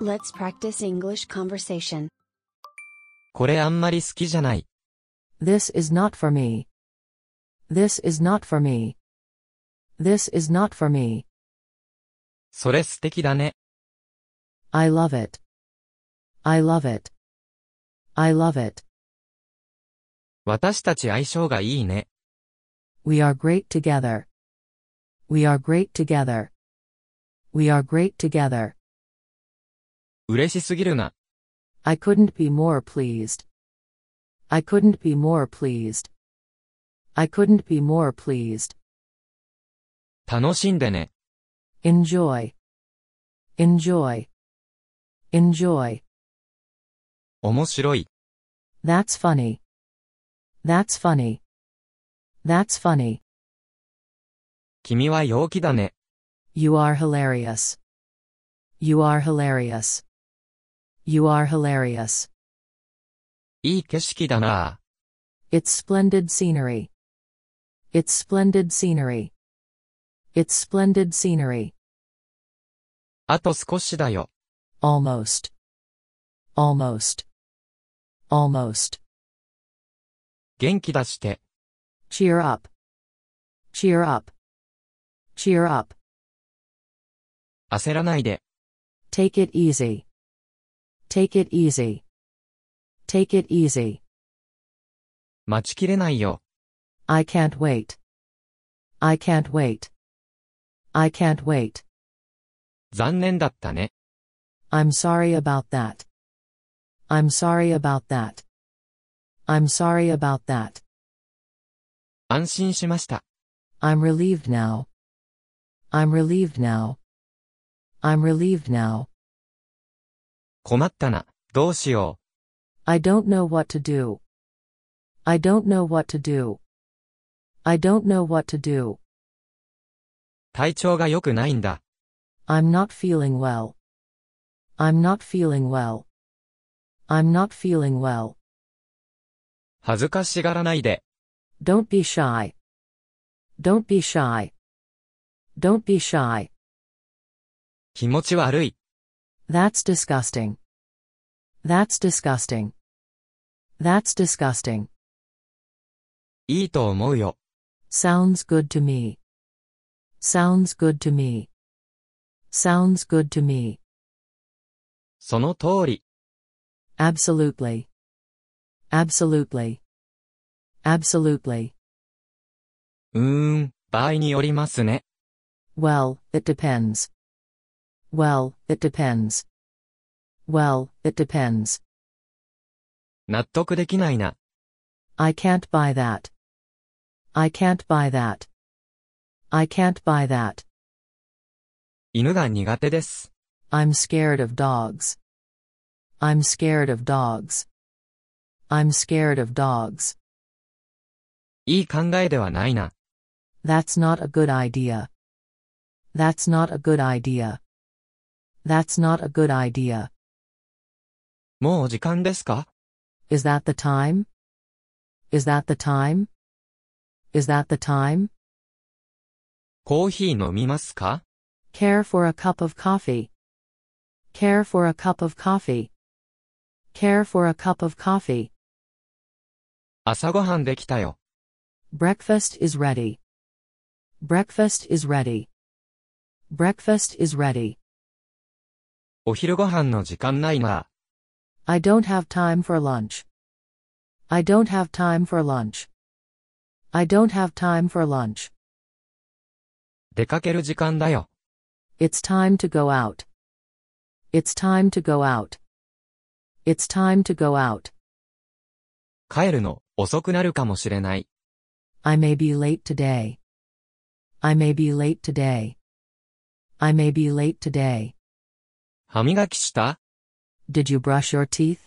Let's practice English conversation. これあんまり好きじゃない。 This is not for me. This is not for me. This is not for me. それ素敵だね。 I love it. I love it. I love it. 私たち相性がいいね。 We are great together. We are great together. We are great together. 嬉しすぎるな。 I couldn't be more pleased. I couldn't be more pleased. I couldn't be more pleased. 楽しんでね。 Enjoy. Enjoy. Enjoy. 面白い。 That's funny. That's funny. That's funny. 君は陽気だね。 You are hilarious. You are hilarious. You are hilarious. いい景色だなあ。 It's splendid scenery. It's splendid scenery. It's splendid scenery. あと少しだよ。 Almost. Almost. Almost. 元気出して。 Cheer up. Cheer up. Cheer up. 焦らないで。 Take it easy. Take it easy. Take it easy. 待ちきれないよ。 I can't wait. I can't wait. I can't wait. 残念だったね。 I'm sorry about that. I'm sorry about that. I'm sorry about that. 安心しました。 I'm relieved now. I'm relieved now. I'm relieved now. 困ったな。どうしよ I don't know what to do. I don't know what to do. I don't know what to do. う。体調が良くないんだ。 I'm not feeling well. I'm not feeling well. I'm not feeling well. 恥ずかしがらないで。 Don't be shy. Don't be shy. Don't be shy. 気持ち悪い。 That's disgusting. That's disgusting. That's disgusting. いいと思うよ。 Sounds good to me. Sounds good to me. Sounds good to me. その通り。 Absolutely. Absolutely. Absolutely. うーん、場合によりますね。 Well, it depends. Well, it depends. Well, it depends. 納得できないな。 I can't buy that. I can't buy that. I can't buy that. 犬が苦手です。 I'm scared of dogs. I'm scared of dogs. I'm scared of dogs. いい考えではないな。 That's not a good idea. That's not a good idea. That's not a good idea. もう時間ですか Is that the time? Is that the time? Is that the time? コーヒー飲みますか Care for a cup of coffee. Care for a cup of coffee. Care for a cup of coffee. 朝ごはんできたよ。 Breakfast is ready. Breakfast is ready. Breakfast is ready. お昼ご飯の時間ないな。 I don't have time for lunch. I don't have time for lunch. I don't have time for lunch. 出かける時間だよ。 It's time to go out. It's time to go out. It's time to go out. 帰るの、遅くなるかもしれない。 I may be late today. I may be late today. I may be late today. 歯磨きした Did you brush your teeth?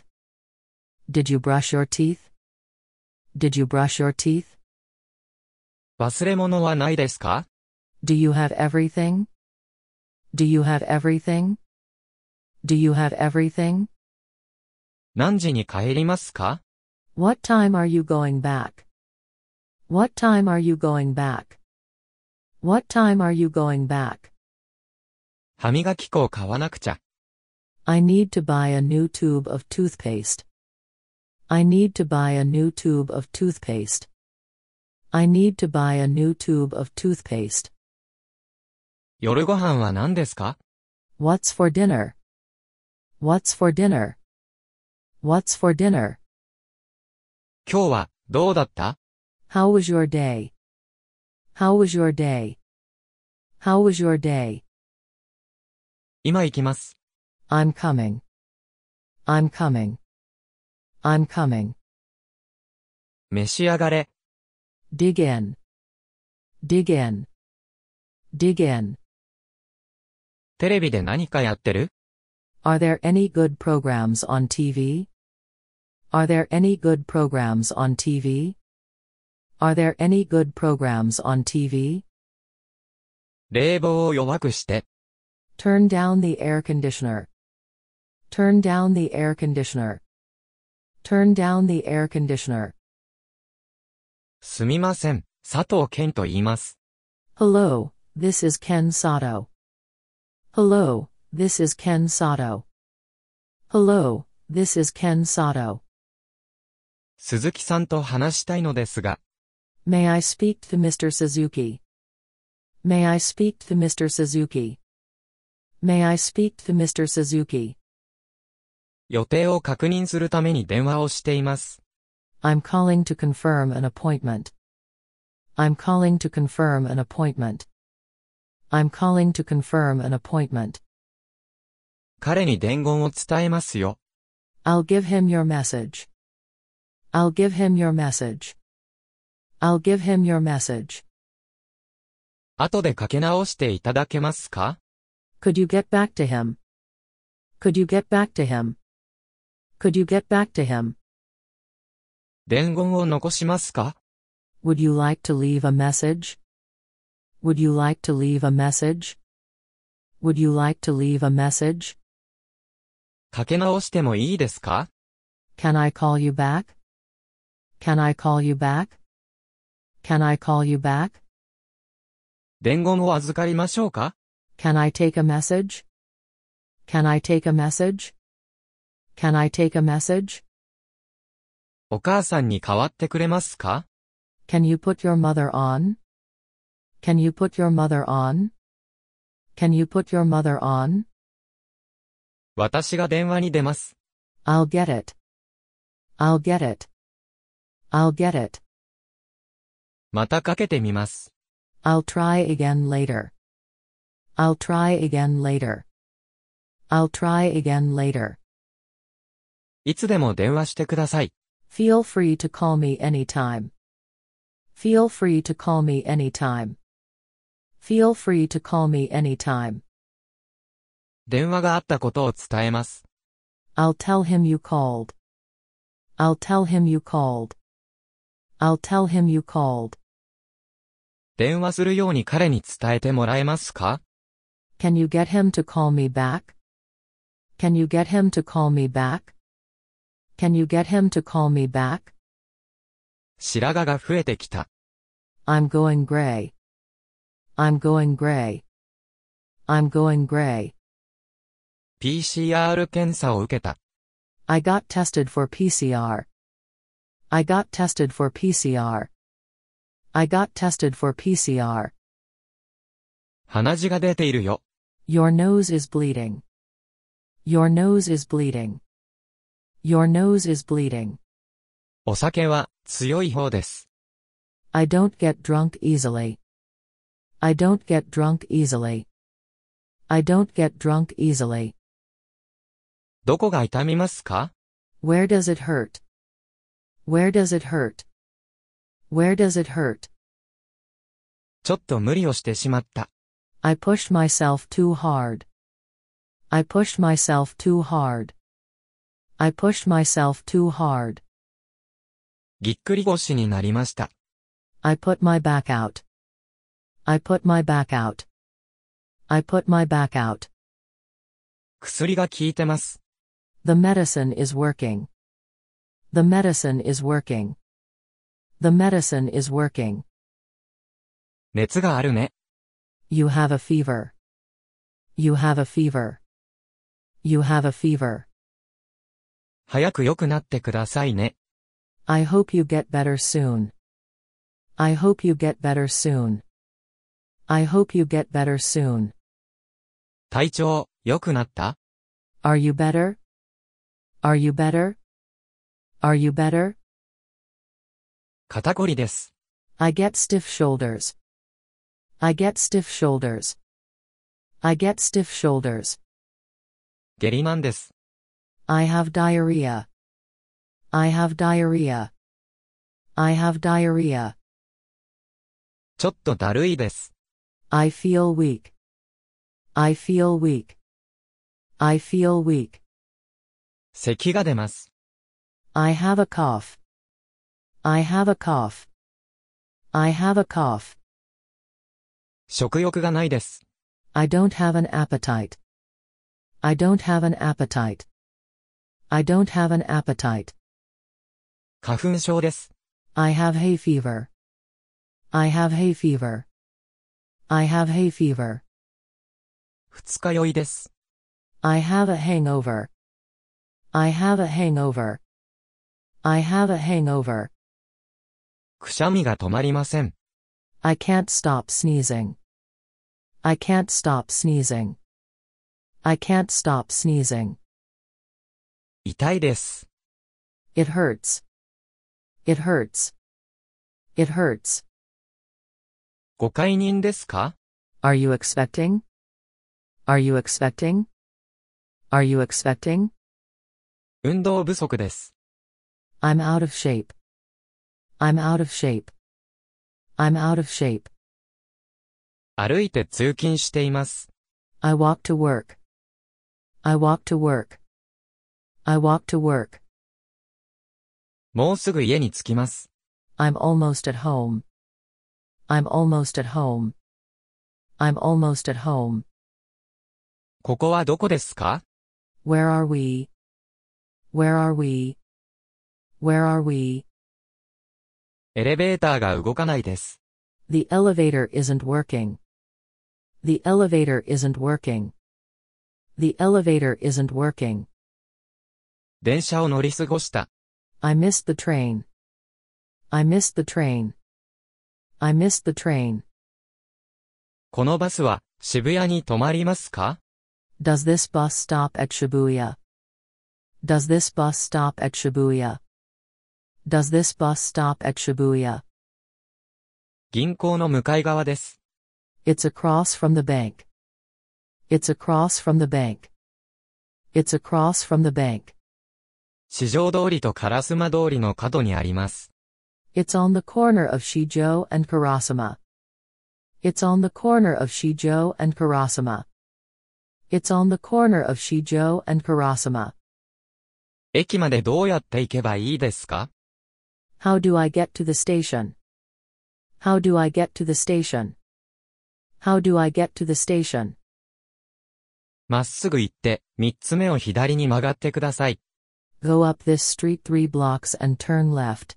Did you brush your teeth? Did you brush your teeth? 忘れ物はないですか Do you have everything? Do you have everything? Do you have everything? 何時に帰りますか What time are you going back? What time are you going back? What time are you going back? 歯磨き粉を買わなくちゃ。 I need to buy a new tube of toothpaste. I need to buy a new tube of toothpaste. I need to buy a new tube of toothpaste. 夜ご飯は何ですか What's for dinner? What's for dinner? What's for dinner? 今日はどうだった How was your day? How was your day? How was your day? 今行きます。 I'm coming. I'm coming. I'm coming. 召し上がれ。 Dig in. Dig in. Dig in. テレビで何かやってる Are there any good programs on TV? Are there any good programs on TV? Are there any good programs on TV? 冷房を弱くして。 Turn down the air conditioner. Turn down the air conditioner. Turn down the air conditioner. すみません。佐藤健と言います。 Hello, this is Ken Sato. Hello, this is Ken Sato. Hello, this is Ken Sato. 鈴木さんと話したいのですが、 May I speak to Mr. Suzuki? May I speak to Mr. Suzuki? May I speak to Mr. Suzuki? 予定を確認するために電話をしています。 I'm calling to confirm an appointment. I'm calling to confirm an appointment. I'm calling to confirm an appointment. 彼に伝言を伝えますよ。 I'll give him your message. I'll give him your message. I'll give him your message. 後でかけ直していただけますか Could you get back to him? Could you get back to him? Could you get back to him? 伝言を残しますか Would you like to leave a message? Would you like to leave a message? Would you like to leave a message? かけ直してもいいですか Can I call you back? Can I call you back? Can I call you back? 伝言を預かりましょうか Can I take a message? Can I take a message? Can I take a message? お母さんに代わってくれますか Can you put your mother on? Can you put your mother on? Can you put your mother on? 私が電話に出ます。 I'll get it. I'll get it. I'll get it. またかけてみます。 I'll try again later. I'll try again later. I'll try again later. いつでも電話してください。 Feel free to call me anytime. Feel free to call me anytime. Feel free to call me anytime. 電話があったことを伝えます。 I'll tell him you called. I'll tell him you called. I'll tell him you called. 電話するように彼に伝えてもらえますか Can you get him to call me back? Can you get him to call me back? Can you get him to call me back? 白髪が増えてきた。 I'm going gray. I'm going gray. I'm going gray. PCR 検査を受けた。 I got tested for PCR. I got tested for PCR. I got tested for PCR. 鼻血が出ているよ。 Your nose is bleeding. Your nose is bleeding. Your nose is bleeding. お酒は強い方です。 I don't get drunk easily. I don't get drunk easily. I don't get drunk easily. どこが痛みますか Where does it hurt? Where does it hurt? Where does it hurt? ちょっと無理をしてしまった。 I pushed myself too hard. I pushed myself too hard. I pushed myself too hard. ぎっくり腰になりました。 I put my back out. I put my back out. I put my back out. 薬が効いてます。 The medicine is working. The medicine is working. The medicine is working. 熱があるね。 You have a fever. You have a fever. You have a fever. 早く良くなってくださいね。 I hope you get better soon. I hope you get better soon. I hope you get better soon. 体調、良くなった Are you better? Are you better? Are you better? 肩こりです。 I get stiff shoulders. I get stiff shoulders. I get stiff shoulders. 下痢なんです。 I have diarrhea. I have diarrhea. I have diarrhea. ちょっとだるいです。 I feel weak. I feel weak. I feel weak. 咳が出ます。 I have a cough. I have a cough. I have a cough. 食欲がないです。 I don't have an appetite. I don't have an appetite. I don't have an appetite. 花粉症です。 I have hay fever. I have hay fever. I have hay fever. 二日酔いです。 I have a hangover. I have a hangover. I have a hangover. くしゃみが止まりません。 I can't stop sneezing. I can't stop sneezing. I can't stop sneezing. 痛いです。 It hurts. It hurts. It hurts. ご解任ですか Are you expecting? Are you expecting? Are you expecting? 運動不足です。 I'm out of shape. I'm out of shape. I'm out of shape. 歩いて通勤しています。 I walk to work. I walk to work. I walk to work. もうすぐ家に着きます。 I'm almost at home. I'm almost at home. I'm almost at home. ここはどこですか Where are we? Where are we? Where are we? エレベーターが動かないです。 The elevator isn't working. The elevator isn't working. The elevator isn't working. 電車を乗り過ごした。 I missed the train. I missed the train. I missed the train. このバスは渋谷に止まりますか Does this bus stop at Shibuya? Does this bus stop at Shibuya? Does this bus stop at Shibuya? 銀行の向かい側です。 It's across from the bank. It's across from the bank. It's across from the bank. 市場通りと烏丸通りの角にあります。 It's on the corner of Shijo and Karasuma. It's on the corner of Shijo and Karasuma. It's on the corner of Shijo and Karasuma. 駅までどうやって行けばいいですか How do I get to the station? How do I get to the station? How do I get to the station? まっすぐ行って、三つ目を左に曲がってください。 Go up this street three blocks and turn left.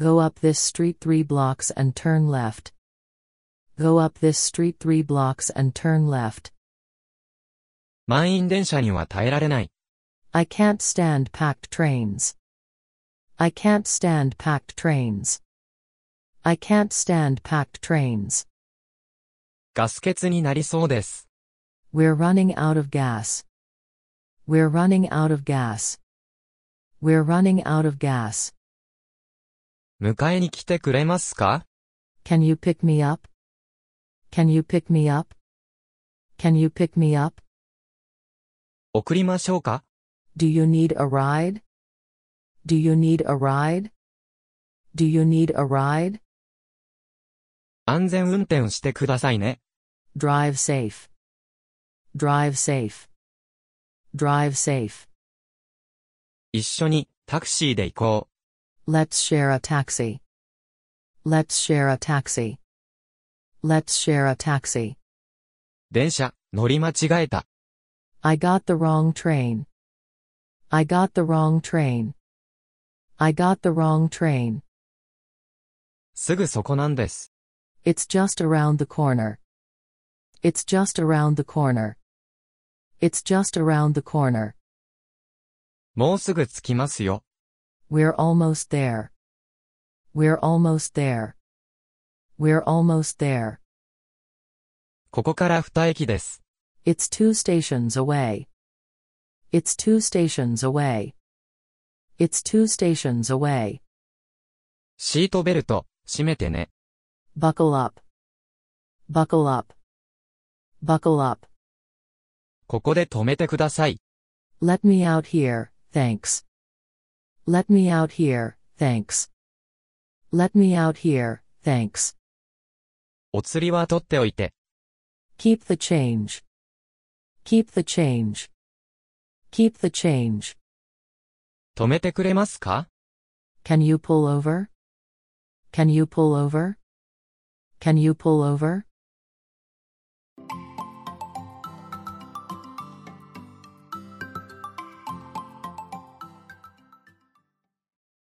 Go up this street three blocks and turn left. Go up this street three blocks and turn left. 満員電車には耐えられない。 I can't stand packed trains. I can't stand packed trains. I can't stand packed trains. ガス欠になりそうです。 We're running out of gas. We're running out of gas. We're running out of gas. 迎えに来てくれますか Can you pick me up? Can you pick me up? Can you pick me up? 送りましょうか Do you need a ride? Do you need a ride? Do you need a ride? 安全運転してくださいね。 Drive safe. Drive safe. Drive safe. 一緒にタクシーで行こ Let's share a taxi. Let's share a taxi. Let's share a taxi. う。電車、乗り間違えた。 I got the wrong train. I got the wrong train. I got the wrong train. すぐそこなんです。 It's just around the corner. It's just around the corner. It's just around the corner. もうすぐ着きますよ。 We're almost there. We're almost there. We're almost there. ここから二駅です。 It's two stations away. It's two stations away. It's two stations away. シートベルト、閉めてね。 Buckle up. Buckle up. Buckle up. ここで止めてください。 Let me out here, thanks. Let me out here, thanks. Let me out here, thanks. お釣りは取っておいて。 Keep the change. Keep the change. Keep the change. 止めてくれますか Can you pull over? Can you pull over? Can you pull over?